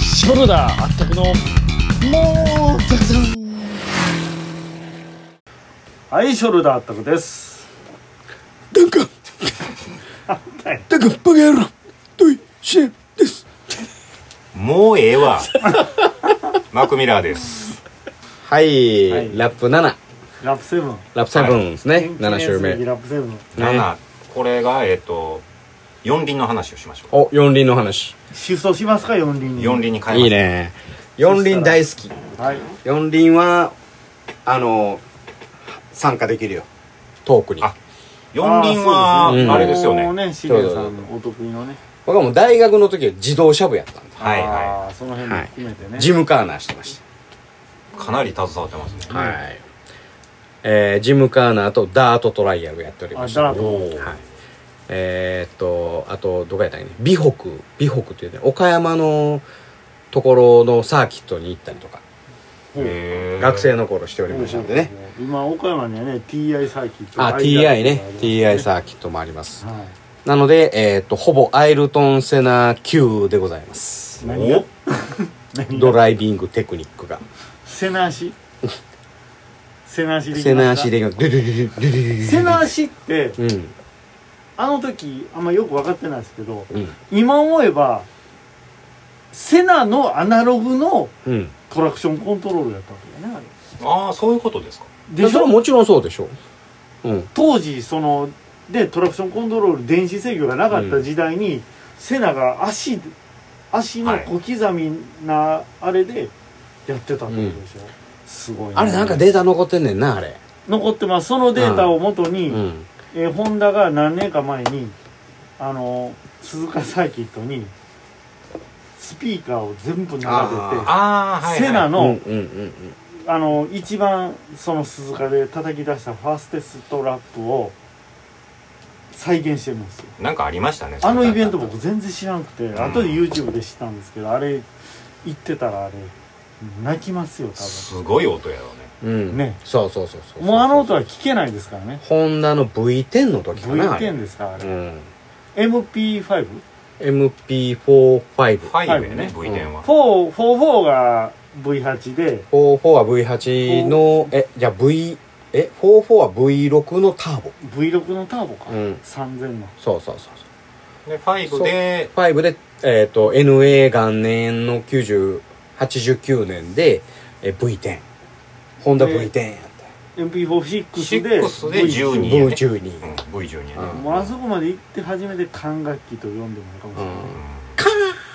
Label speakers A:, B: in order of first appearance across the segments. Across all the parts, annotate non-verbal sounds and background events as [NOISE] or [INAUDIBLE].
A: ショルダーあったくのもうザザンはいショルダーあったくです
B: ダンカン
A: はい
B: ダンカンバカ野郎土井シネです
C: もうええわマクミラーです
D: はい、
A: はい
D: ラップ7ラ
A: ラップセブン
D: ップ7ですね、7週
A: 記念すべき
D: 目
A: ラップセブン
C: 7これがえっ、と四輪の話をしましょ
D: お四輪の話
A: シフトしますか四輪
C: う
A: に
C: 四輪に変えます
D: いいね四輪大好き
A: はい
D: 四輪はあの参加できるよトークに
C: あ四輪は
A: あーそう
D: ですね
C: あれですよね、
A: もうねシゲさんのお得意のね
D: 僕はもう大学の時は自動車部やったんで
C: はいは
A: あーその辺も含めてね
D: ジムカーナーしてまし
C: いかなり携わってますね
D: たはいえー、ジムカーナーとダートトライアルやっており
A: あ
D: ました
A: ダー
C: お
A: ト
C: ー
D: はい、えーっとあとどこやったんやね美北美北っていうね岡山のところのサーキットに行ったりとか
C: へー
D: 学生の頃しておりましたんでね
A: 今岡山にはね TI サーキット
D: あ TI ね TI
A: ー
D: サーキットもあります
A: キットはい
D: なので、えーっとほぼアイルトン・セナ級でございます
A: 何が
C: お
A: 何
D: ド
A: が
D: ライビングテクニックが
A: 背な
D: [LAUGHS]
A: し背なしできますか
D: 背なしでドゥドゥドゥドゥドゥ
A: 背なしって
D: うん
A: あの時あんまよく分かってないですけど
D: うん
A: 今思えばセナのアナログの
D: うん
A: トラクションコントロールやったわけだねあれ
C: ああそういうことですか
D: で
A: でし
D: それは
A: ょ
D: もちろんそうでしょうん
A: 当時そのでトラクションコントロール電子制御がなかった時代に、セナが足足の小刻みなあれでやってたってことでしょ、すごいね
D: あれなんかデータ残ってんねんなあれ
A: 残ってますそのデータをもと
D: う
A: に、
D: ん
A: えーホンダが何年か前にあの鈴鹿サーキットにスピーカーを全部並
C: ああ
A: べ
C: は
A: て
C: い、はい、
A: セナ
D: うんうん
A: の,、
D: うんうん
A: あの一番その鈴鹿で叩き出したファーステストラップを再現してるんですよ
C: なんかありましたね
A: あのイベント僕全然知らなくて後で YouTube で知ったんですけどあれ行ってたらあれ泣きますよ多
C: すごい音やろうね
D: うん
A: ね
D: そうそうそうそう
A: 分もうあの音は聞けないですからね
D: ホンダの V10 の時かなあれ
A: V10 ですからあ
D: う
A: れ
D: ん
A: MP5?
D: MP45
C: 5やね
A: ね
C: V10 は、
A: 4 44が V8 で
D: 44は V8 のえじゃあ V え44は V6 のターボ
A: V6 のターボか、
D: うん
A: 3000の
D: そうそうそうそ
C: で5で
D: う5でえっ、と NA 元年の9089年でえ V10 ホンダ V10 やっ
A: MP46 で
C: 6で
A: V10
D: た
C: 12や
D: よ
C: ね
D: V12
C: うん V12 やね、
D: うん
A: もうあそこまで行って初めて管楽器と呼んでもいいかもしれない、
D: うん
C: うん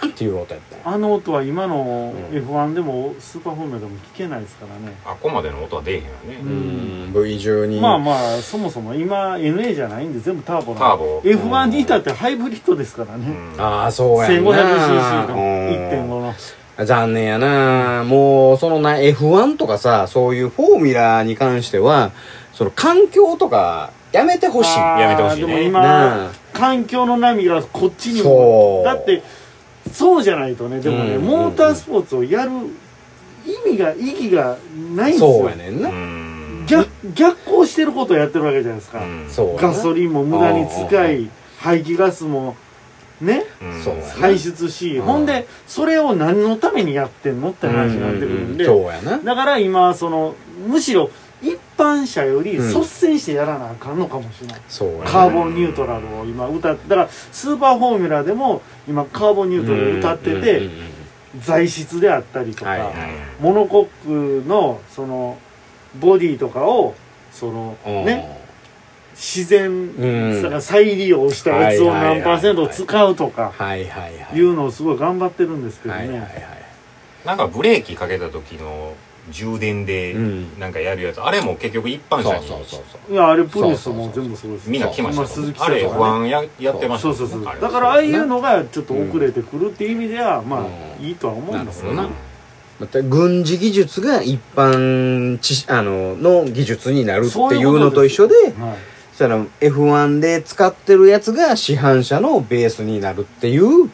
D: っていう音やったよ
A: あの音は今の
D: うん
A: F1 でもスーパーフォーメラでも聞けないですからね、
C: あここまでの音は出えへんよね、
A: う
D: うんん V12
A: まあまあそもそも今 NA じゃないんで全部ターボ
C: ター
A: な
C: ボ、
A: で F1 に至ってハイブリッドですから
C: う
A: ね、
C: ん
D: ああそうやんな
A: 1500cc の
D: うん
A: 1.5の
D: 残念やなもうそのな F1 とかさそういうフォーミュラーに関してはその環境とかやめてほしい
A: あー
C: やめてほしいね
A: でも
D: な
A: 今
D: あ
A: 環境の波がこっちに
D: そ
A: も
D: う
A: だってそうじゃないとねでもね、
D: うん
A: モータースポーツをやる意味が意義がないんですよ
D: そうやねんな、
C: うん
A: 逆逆行してることをやってるわけじゃないですか、
C: うん
D: そうやな
A: ガソリンも無駄に使
D: う
A: い排気ガスもね
C: うん
D: そうやな
A: 排出し、
D: うん
A: ほんでそれを何のためにやってんのって話になってくるんで、
D: うんうんうんそうやな
A: だから今そのむしろ一般車より率先してやらなあかんのかもしれない、
D: そうやな
A: カーボンニュートラルを今歌ってだからスーパーフォーミュラでも今カーボンニュートラル歌って
D: うん
A: て
D: うんうん
A: 材質であったりとか、
D: はい
C: はいはい
A: モノコックのそのボディとかをその
D: うん
A: ね自然、
D: うん
A: さ再利用したやつを
D: はいはいはい
A: 何
D: はい
A: パーセント使うとか
D: はいはいはい
A: いうのをすごい頑張ってるんですけど
D: はいはいは
A: ね
D: い
C: なんかブレーキかけた時の充電で
D: うん
C: なんかやるやつ、あれも結局一般
D: そ
C: 車
D: う
C: に
D: そうそうそう
A: いやあれプリウスも全部そうです
C: みんな来ました
A: 今鈴木
C: あ
A: さん
C: れ
A: とかね
C: F1 ややってまし
A: そう
C: たも
A: ん
C: ね
A: そうそう
C: あれ
A: だからああいうのがちょっと遅れてくるっていう意味では、まあ
D: うん
A: いいとは思うんですけ
D: そ
A: ど
D: う
A: ね
D: なまた軍事技術が一般知あのの技術になるっていうのと一緒で
A: はい
D: その F1 で使ってるやつが市販車のベースになるっていう
A: はい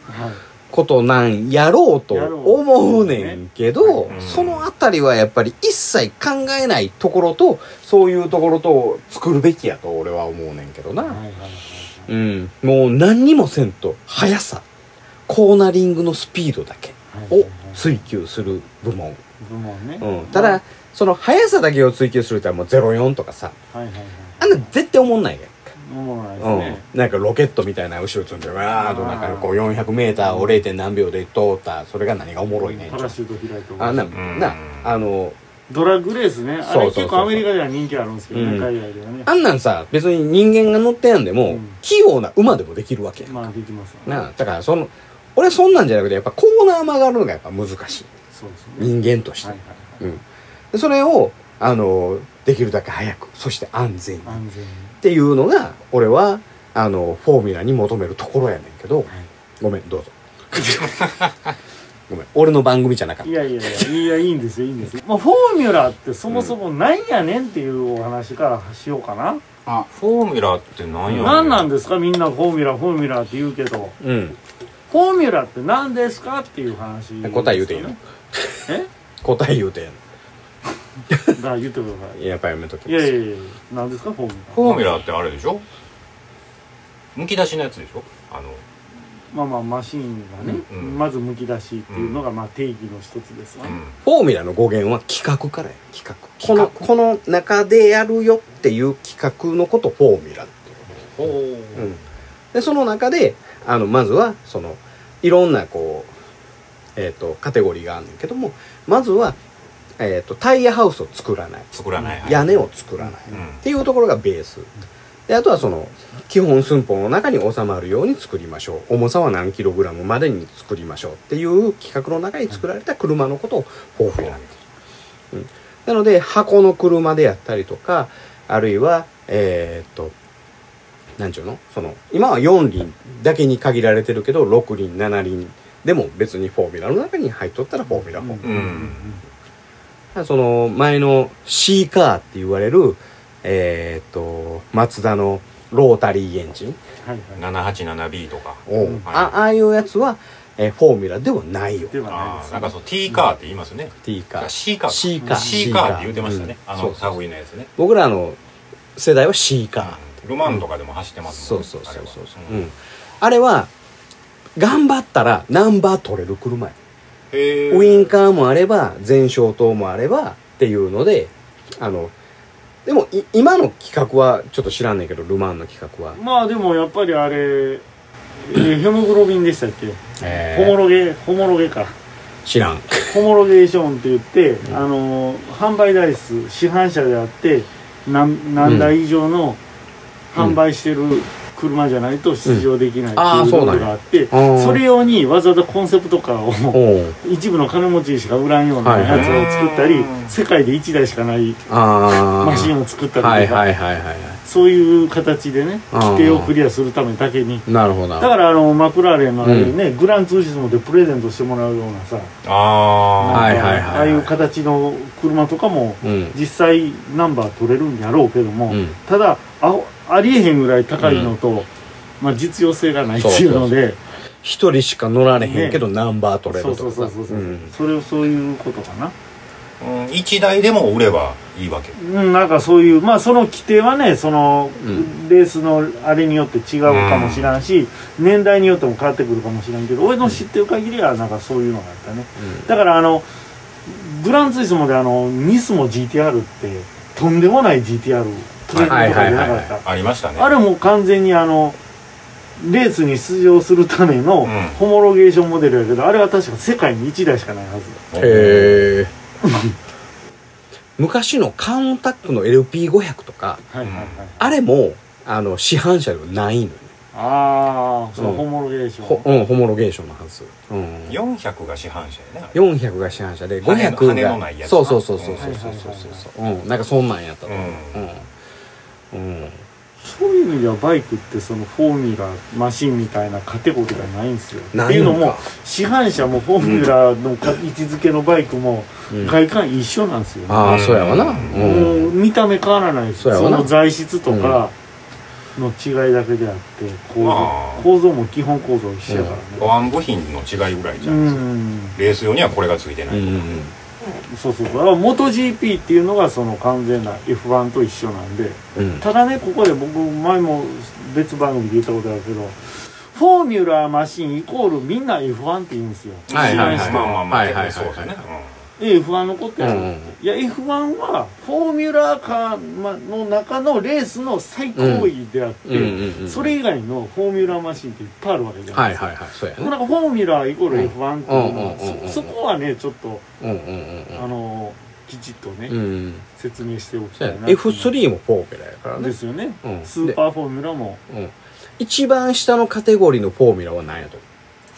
D: ことなんやろうと
A: やろう
D: 思うねんけど、
C: うん
D: そのあたりはやっぱり一切考えないところとそういうところと作るべきやと俺は思うねんけ
A: は
D: ど
A: い
D: な、
A: はいはい
D: うん、もう何にもせんと速さコーナリングのスピードだけ
A: はい
D: を追求する部門、
A: 部門ね、
D: うん、ただその速さだけを追求するってのはもう04とかさ
A: はいはいはい
D: あんな絶対思んないやん
A: おもろないです
D: うん
A: ね、
D: なんかロケットみたいな後ろ積んでわーっとなんかこう 400m を 0. 何秒で通ったそれが何がおもろいねん
A: パラシュート開いて
D: あな
C: うん
D: なあの
A: ドラッグレースねあ
D: そう
A: れ
D: そうそうそう
A: 結構アメリカでは人気あるんですけど
D: う
A: ね
D: ん
A: 海外ではね
D: あんなんさ別に人間が乗ってやんで
A: う
D: も、
A: ん
D: 器用な馬でもできるわけやん、
A: まあできますよね
D: なあだからその俺はそんなんじゃなくてやっぱコーナー曲がるのがやっぱ難しい
A: そうですね
D: 人間として、
A: はいはいは
D: うん、でそれをあのできるだけ早くそして安全に
A: い安全に
D: っていうのが俺はあのフォーミュラに求めるところやねんけどごめんどうぞごめん俺の番組じゃなかっ
A: いやいやいや、いや、いいんですよ、いいんですよ。まあ、フォーミュラーってそもそもなんやねんっていうお話からしようかな。
B: あ
C: フォーミュラって何や
A: 何なん
C: だ
A: ですかみんなフォーミュラー、フォーミュラーって言うけど、
D: たうん
A: フォーミュラーって何ですかっていう話ですよね、
D: 答え言うていいの答え言うてん
A: えだから言ってくださ
D: やっぱやめとき
A: い。い
D: ま
A: やい
D: す
A: やいや、何ですかフォーミュラー。
C: フォーミュラってあれでしょむき出しのやつでしょあの
A: まあまあ、マシーンがね、
C: うん
A: まずむき出しっていうのが、まあ定義の一つですわ
C: う
A: ね。
C: ん
D: フォーミュラの語源は企画からや企画こ
C: 企画
D: のこの中でやるよっていう企画のことフォーミュラっていう
C: ほう
D: うん、でその中であのまずはそのいろんなこう、えー、とカテゴリーがあるんだけどもまずは、えー、とタイヤハウスを作らない
C: 作らない
D: 屋根を作らない、
C: うん
D: っていうところがベースであとはその基本寸法の中に収まるように作りましょう重さは何キログラムまでに作りましょうっていう企画の中に作られた車のことをフォーフィラーうんなので箱の車でやったりとかあるいはえーっと何ちゅうのその今は4輪だけに限られてるけど6輪7輪でも別にフォーミュラの中に入っとったらフォーミュラフォーミュラ
C: うんうん
D: その前のシーカーって言われる、えーっと、マツダのロータリーエンジン。
A: はいはい。
C: 787B とか
D: を
A: うん
D: あああいうやつは、えーフォーミュラではないよ。
A: ではない
C: あ
A: で
C: あ
A: す、
C: なんかそう T カーって言いますね
D: T カー。
C: C カー
D: C カー
C: C カーって言うてましたね
D: うん
C: あ
D: そ
C: の
D: うそう
C: 類のやつね
D: 僕らの世代はシーカ
C: ルマンとかでも走って
D: ー。
C: ます
D: そ
C: もん
D: う
C: ね
D: そうそうそうそう。
C: あ
D: う
C: れは
D: ん。あれは、頑張ったらナンバー取れる車や。
C: へえ
D: ウインカーもあれば、前照灯もあればっていうので、あの、でもい今の企画はちょっと知らんねんけど、ルマンの企画は。
A: まあでもやっぱりあれ、えーヘモグロビンでしたっけ
D: え
A: ホモロゲ、ホモロゲか。
D: 知らん。
A: ホモロゲーションって言って、あの販売台数市販車であって何何台以上の販売してる車じゃないと出場できないって
D: あー
A: いう
D: そう
A: ル
D: な
A: ー
D: ん
A: ル
D: や
A: があって、
D: あー
A: それ用にわざわざコンセプトカーを
D: おう
A: 一部の金持ちしか売らんような
D: はいはい
A: やつを作ったり、
C: うん
A: 世界で1台しかない
D: ああ。
A: マシンを作ったりとか、
D: はいはいはいはいは
A: そういう形でね
D: あー
A: 規定をクリアするためだけに
D: い。なるほどなるほ
A: だ
D: ど。
A: からあのマクラーレンのああいうね、グランツーシスモでプレゼントしてもらうようなさ、
C: あ
D: はいはいはいはい
A: ああいう形の車とかも
D: うん。
A: 実際ナンバー取れるんやろうけども、
D: うん
A: ただあありえへんぐらい高いのと、まあ、実用性がないっていうので
D: 一人しか乗られへんけど、ナンバー取れ
A: そう
D: る
A: そ
D: と
A: う
D: か
A: そ
D: さ。
A: うそうそう、
D: ん
A: それをそういうことかな、
C: あ、うん、1台でも売ればいいわけ
A: うん、なんかそういうまあその規定はねその、
D: うん
A: レースのあれによって違うかもしらんし、年代によっても変わってくるかもしらんけど俺の知ってる限りはなんかそういうのがあったねだからあのグランツイスモであのニスモ GTR ってとんでもない GTR トレンドとかじゃな
D: はいはい
A: か
D: は
A: っ
D: い
A: た
C: ありましたね
A: あれも完全にあのレースに出場するための
C: ん
A: ホモロゲーションモデルやけど、あれは確か世界に1台しかないはず
D: へえ。昔のカウンタックの LP500 とか、
A: はいはいはい、
D: あれも、あの、市販車ではないのよね。
A: ああその
D: うん
A: ホモロゲーショ
D: ほ
A: ン、
D: うん、ホモロゲーションのはず。うん。
C: 400が市販車やねあれ
D: 400が市販車で、
C: 羽根の
D: 500が。
C: 羽根のないやつな
D: そうそうそうそうそううんそうそうそう。うん。なんかそんなんやったと
C: う
D: 思う。うんん。うん。
A: そういう意味ではバイクってそのフォーミュラーマシンみたいなカテゴリーがないんですよ
D: ないのか
A: っていうのも市販車もフォーミュラーのか位置づけのバイクも
D: うん
A: 外観一緒なんですよね、
D: ああ、そうやわな。うん。
A: もう見た目変わらないです
D: そうやわな
A: の材質とかの違いだけであって構
C: ま
A: 造
C: あ
A: 構造も基本構造一緒やから
C: 保
A: ね
C: 安部品の違いぐらいじ
A: う
C: ゃないですか
A: ん
C: レース用にはこれが付いてな
D: う
C: い、
D: んうんうん。
A: そうそうだから元 GP っていうのがその完全な F1 と一緒なんで
D: うん。
A: ただねここで僕前も別番組で言ったことあるけどフフォーミュラーマシンイコールみんな F1 って言うんですよ。
D: はいはいはい
A: 試合して
C: まあまあまあ、
D: はいはいはい
C: そうですね。
A: で F1 のことやろ、
D: うんうん
A: いや F1 はフォーミュラーカーの中のレースの最高位であって、
D: うんうんうんうん
A: それ以外のフォーミュラーマシンっていっぱいあるわけじゃない
D: は
A: で
D: い
A: すか。
D: はいはいそうや
A: 僕
D: ね
A: なんかフォーミュラーイコール F1 っていうのは、
D: うんうんうんうんうん
A: そそこはねちょっと、
D: うんうん
A: あのきちっとね、
D: うんうん
A: 説明しておき
D: そ
A: た
D: う
A: い
D: や
A: な
D: ね
A: と思う
D: F3 もフォーミュラやからね
A: ですよね、
D: うん
A: スーパーフォーミュラーも
D: うん一番下のカテゴリーのフォーミュラは何やと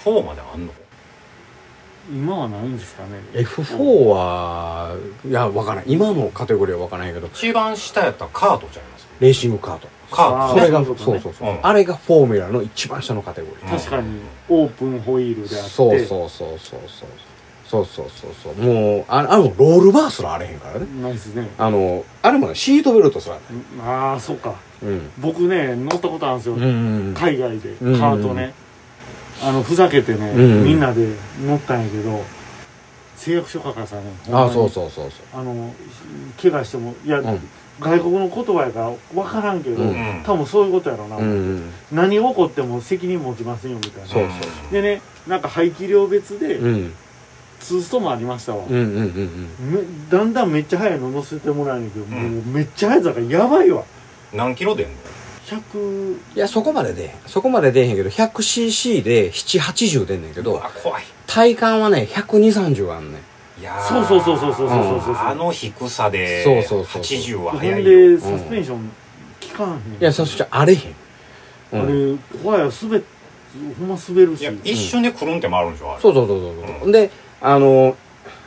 D: 思
C: フォーまであんの
A: 今はないんですかね
D: う ?F4 は、いや、わからない。今のカテゴリーはわからないけど、
C: 一番下やったらカートちゃいます
D: レーシングカート。
C: カ
A: あ
C: ー
D: そ
C: ト
A: ー
D: れが、
A: そ
D: そうう
A: いうこと
D: そ
A: ね
D: うそう。
C: うん
D: あれがフォーミュラの一番下のカテゴリー。
A: 確かにオープンホイールであって
D: そうそうそうそうそう。そうそうそうそう。もう、ああの、ロールバーすらあれへんからね。
A: ないですね
D: あの、あれもねシートベルトすらない。
A: ああそうか
D: うん。
A: 僕ね乗ったことあるんですよ、
D: うんうん
A: 海外でカ
D: うん
A: ートね、あのふざけてね、
D: うん
A: みんなで乗ったんやけど誓約書書かさね
D: うん。あ、そう
A: う
D: そうそうそ
A: あの怪我してもいや、
D: う。うん。
A: 外国の言葉やから分からんけど、
D: うん
A: 多分そういうことやろうな、
D: うんうん。
A: 何起こっても責任持ちませんよみたいな
D: そうそう
A: でねなんか排気量別で
D: うん。
A: ツーストもありましたわ、
D: うんうんうんうん。
A: めだんだんめっちゃ速いの乗せてもらえんねんけど、
C: ん
A: もうめっちゃ速いだからやばいわ
C: 何キロ出んの
A: 100
D: いや、そこまで出へん。そこまで出へんけど、100cc で7、80出んねんけど、
C: あ、怖い。
D: 体感はね、120、30あんねん。
C: いやー
A: そうそうそうそうそうそうそうそう
C: あの低さで、
D: そうそうそうそう
C: 80は
A: ほん
C: 速いよ。
A: でサスペンション効かんへん、
D: いや、そしちゃあれへん。
A: あ
D: うん
A: れ怖いわ滑っほんま滑る
C: い
A: し
C: や、一瞬でくるんって回るんでしょ、あれ。
D: そうそうそうそうそう。で、あの、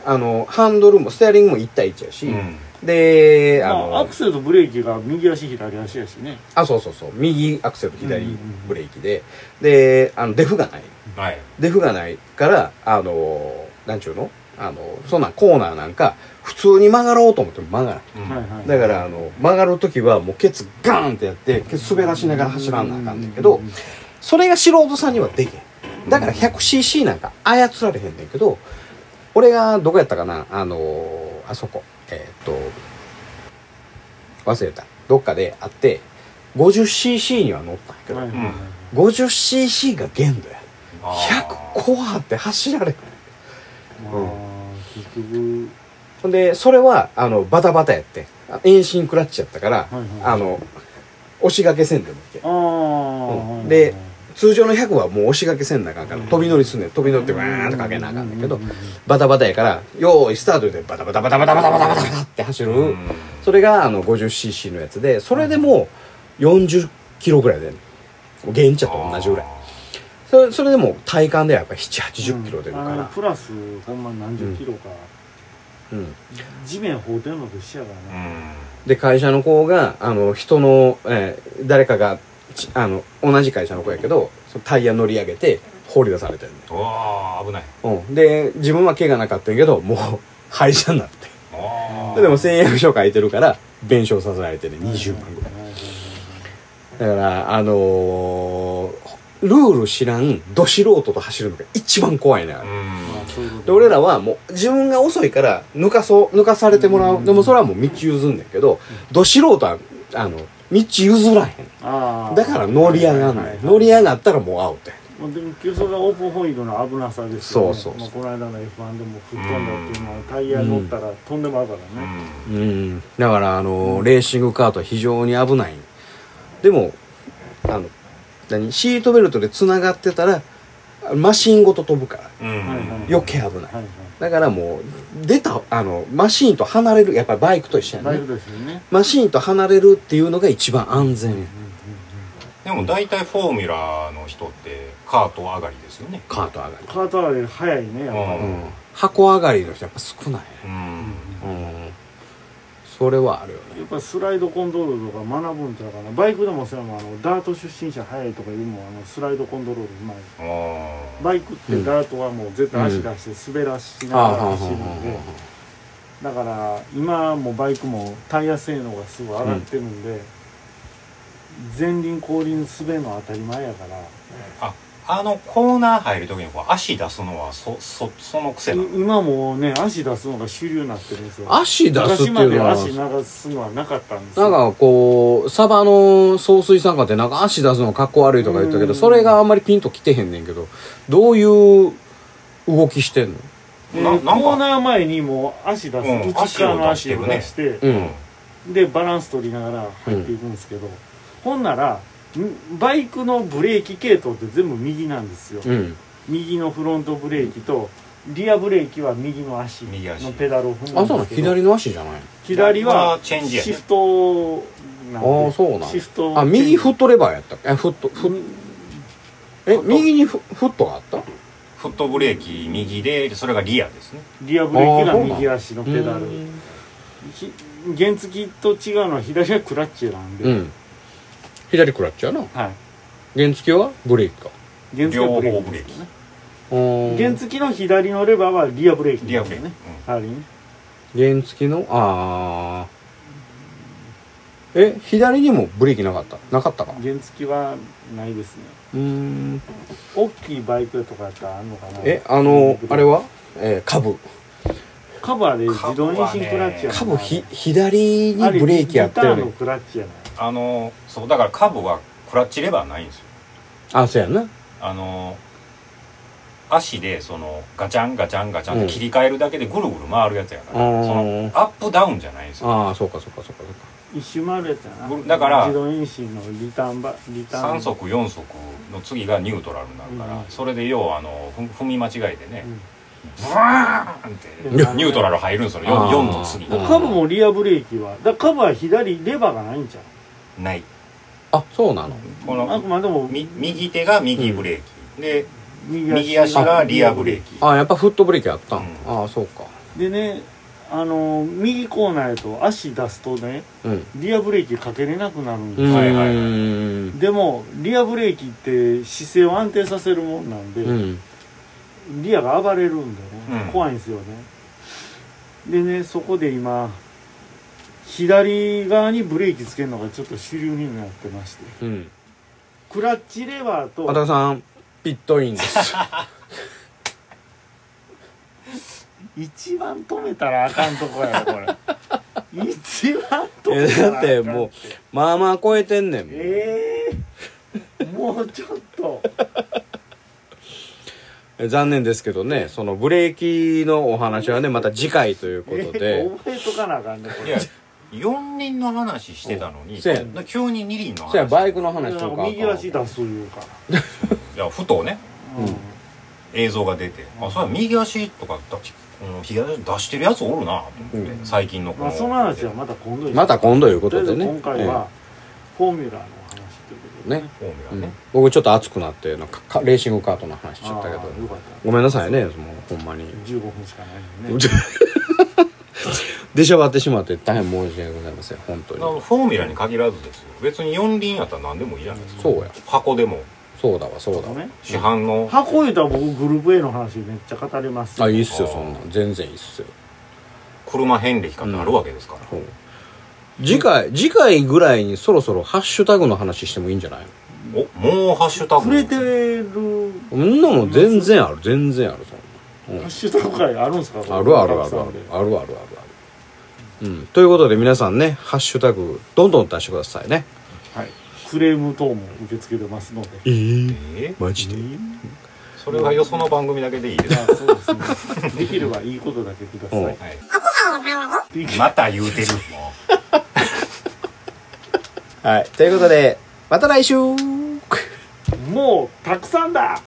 D: あの、ハンドルも、ステアリングも1対1やし、
C: うん。
D: で、
A: ま
D: あ
A: あ、ア
D: の
A: ク、セルとブレーキが右足左足やしね
D: あ、そうそうそう、右アクセル、左
A: うんうんうん
D: ブレーキで、で、あの、デフがない。
C: はい。
D: デフがないから、あの、なんちゅうのあの、そんなんコーナーなんか、普通に曲がろうと思っても曲がらない。
C: うん
A: はいはい
D: だからあの曲がる時はもうケツガーンってやってケツ滑らしながら走らなあかんねんけどそれが素人さんにはできへんだから 100cc なんか操られへんねんけど俺がどこやったかなあのーあそこえーっと忘れたどっかであって 50cc には乗ったんやけど、
A: はいはいはい
D: 50cc が限度や
C: あ
D: 100
C: ー
D: コアって走られへん
A: まあ結局
D: ほんで、それは、あの、バタバタやって、あ遠心クラッチやったから、
A: はいはい
D: あの、押し掛けせんでもいいけ
A: あ。あ、
D: うんで通常の100はもう押し掛けせんなあかんから、飛び乗りすんねん。飛び乗ってわーンとかけなあかんねんけど、バタバタやから、よーい、スタートでバタバタバタバタバタバタバタバタって走る。
C: うん
D: それが、あの、50cc のやつで、それでもう40キロぐらいで、現茶と同じぐらい。それそれでも体感ではやっぱ7、80キロ出る
A: うんあ
D: か
A: のプラスほんま何十キロか、
D: ら。うん。
A: 地面放てるのと一緒やか
C: う
A: らね、
C: ん
D: で会社の子があの人の、えー誰かがちあの同じ会社の子やけどそのタイヤ乗り上げて放り出されてる
C: うわー危ない。
D: の、うん、で自分は怪我なかったんやけどもう [LAUGHS] 廃車になって
C: あー
D: ででも誓約書書いてるから弁償させられてね20万ぐらいだからあのールール知らんど素人と走るのが一番怖いな、
C: うん
A: まあそういうこと
D: で俺らはもう自分が遅いから抜かそう抜かされてもらう、でもそれはもう道譲んねんけど、ど素人はあの道譲らへん
A: あー
D: だから乗り上がん
A: は
D: ないい
A: はい
D: 乗り上がったらもうアウトや
A: まあでも結局それがオープンホイールの危なさですよね
D: そうそうそう
A: まあ、この間の F1 でも吹っ飛んだっていうのはタイヤ乗ったら飛んでもあるから
C: う
A: ね、
C: ん
D: うんだからあのレーシングカートは非常に危ないでもあの何シートベルトでつながってたらマシンごと飛ぶから
C: うん
A: はいはい
D: 余計危ない
A: はいはい
D: だからもう出たあのマシンと離れるやっぱりバイクと一緒や
A: 大
D: ね
A: 丈夫ですよね、
D: マシンと離れるっていうのが一番安全や
C: でも大体フォーミュラーの人ってカート上がりですよね。
D: カート上がり
A: カート上がり早いねやっぱり、
C: うん
D: 箱上がりの人やっぱ少ない
C: うん。
D: うんそれはあるよね
A: やっぱスライドコントロールとか学ぶんちゃうかなバイクでもそうやもんあのダート出身者早いとかいうもんあのスライドコントロールうまい
C: あー
A: バイクってダートはもう絶対足出して滑らしながら走るんでだから今もバイクもタイヤ性能がすごい上がってるんで前輪後輪滑るのは当たり前やから
C: あ、あのコーナー入る時にこう足出すのはそそその癖なの
A: い今もうね足出すのが主流になってるんですよ
D: 足出すっていうのは
A: 昔まで足流すのはなかったんです
D: な
A: よ
D: んかこう、サバの総水産課ってなんか足出すの格好悪いとか言ったけど、それがあんまりピンときてへんねんけど、どういう動きしてんの
A: で
C: ななんか
A: コーナー前にもう足出す、
C: うん
A: 内側の足を出し
C: 足
A: て
D: うん。
A: でバランス取りながら入っていくんですけど、ほんならんバイクのブレーキ系統って全部右なんですよ、
D: うん。
A: 右のフロントブレーキとリアブレーキは右の足
C: 右足
A: のペダルを踏む
D: あ、
A: ん
D: そう
A: で
D: なの
A: すけど
D: 左の足じゃない
A: 左は
C: あチェンジやね
A: シフトなんで
D: ああそうなの
A: シフト
D: あ、右フ
A: フ
D: ットレバーやったっけあフット、フッえ、右にフフットがあった
C: フットブレーキ右でそれがリアですね
A: リアブレーキ
D: ああそうな
A: が
D: の
A: 右足のペダル
D: うん
A: ひ原付と違うのは左はクラッチなんで、
D: うん。左食らっちゃうな。
A: はい
D: 原付はブレーキか。
A: 原付はブレ
C: 両
A: ー
C: 方
A: キ
C: ブレ
A: で
C: ーキ
A: すよね
D: うん
A: 原付の左のレバーはリアブレーキ
C: リアブレーキ、
A: はいね
D: 原付の、あー。え、左にもブレーキなかったなかったか
A: 原付はないですね
D: うーん。
A: 大きいバイクとかやったらあんのかな
D: えあのあれは、えー、株
A: カバーで自動妊娠クラッチやもんな
D: 株ひ左にブレーキやって
A: あれギタ
D: る
A: ー
D: の
A: のクラッチやない
C: あのそうだからカブはクラッチレバーないんですよ
D: あそうやな
C: あの足でそのガチャンガチャンガチャンって切り替えるだけでぐるぐる回るやつやから、
D: うん
C: そのアップダウンじゃないんですよ
D: ああそうかそうかそうかそうか
A: 一周回るやつやな
C: だから
A: 自動妊娠のリターンバリターン
C: 3足4足の次がニュートラルになるから、
A: うん
C: それで要はあのふ踏み間違えてね、
A: うん
C: ブワーンってニュートラル入るんですよ 4,
D: あー
C: の次
D: うん
A: カブもリアブレーキはだからカブは左レバーがないんちゃう
C: ない
D: あそうなの
C: こ
A: あ
C: の
A: くまでも
C: み右手が右ブレーキ、で
A: 右
C: 右足がリアブレーキ
D: あやっぱフットブレーキあったん、
C: うん
D: ああそうか
A: でねあの右コーナーやと足出すとね
D: うん
A: リアブレーキかけれなくなるん
D: う
A: です
D: ーん、
A: よ
C: はいはいはい
A: でもリアブレーキって姿勢を安定させるもんなんで、
D: うん
A: リアが暴れるんでね、
C: うん
A: 怖いんですよねでねそこで今左側にブレーキつけるのがちょっと主流になってまして
D: うん
A: クラッチレバーと
D: 和田さんピットインです
A: 一番止めたらあかんとこやろこれ
D: [LAUGHS]
A: 一番止
D: え
A: めたらあかん
D: だってもうまあまあ超えてんねんもう
A: ええもうちょっと
D: え残念ですけどねそのブレーキのお話はねまた次回ということ
A: え
D: で、
A: ー覚えとかなあかんねこ
C: い
A: れ
C: や4輪の話してたのに
D: そうや
C: 急に2輪の話
D: そうやバイクの話
A: な
D: と
A: ん
D: か
A: か右足出すいうから、
C: いやふとね
A: うん
C: 映像が出て、あそうや右足とかだこの左足出してるやつおるなと思って、
D: うん
C: 最近の
A: ま
C: この、
A: あその話はまた今度に
D: また今度いうことと
A: りあえ
D: で
A: ず
D: ね
A: 今回は、フォーミュラーの話ということで
D: ね
C: フォームが
D: うん
C: ね、
D: 僕ちょっと熱くなってなんかかレーシングカートの話しちゃったけど
A: ああよかった
D: ごめんなさいねもうほんまに
A: 15分しかないのね
D: 出しゃばってしまって大変申し訳ございません本当
C: だから
D: に
C: フォーミュラに限らずですよ別に4輪やったら何でもいいじゃないですか
D: そうや
C: 箱でも
D: そうだわそうだ
A: ご
D: わ
A: めん
C: 市販の、
A: 箱言うたら僕グループ A の話めっちゃ語れます
D: あいいっすよ
C: あー
D: そんなん全然いいっすよ
C: 車遍歴かってあるわけですから、
D: ほう次回次回ぐらいにそろそろハッシュタグの話してもいいんじゃない
C: おもうハッシュタグ
A: 触れてる
D: そんなもん全然ある全然あるそん
A: ハ
D: な
A: ッシュタグ会あるんすか
D: うんあるあるあるあるあるあるあるあるうんということで皆さんねハッシュタグどんどん出してくださいね
A: はいクレーム等も受け付けてますので
D: ええ
C: えー
D: マジで
C: それはよその番組だけでいいです
A: ま、あそうですねできればいいことだけくださ [LAUGHS] い
C: はい、
A: でき
C: また言うてるもう
D: はい。ということで、また来週
A: もうたくさんだ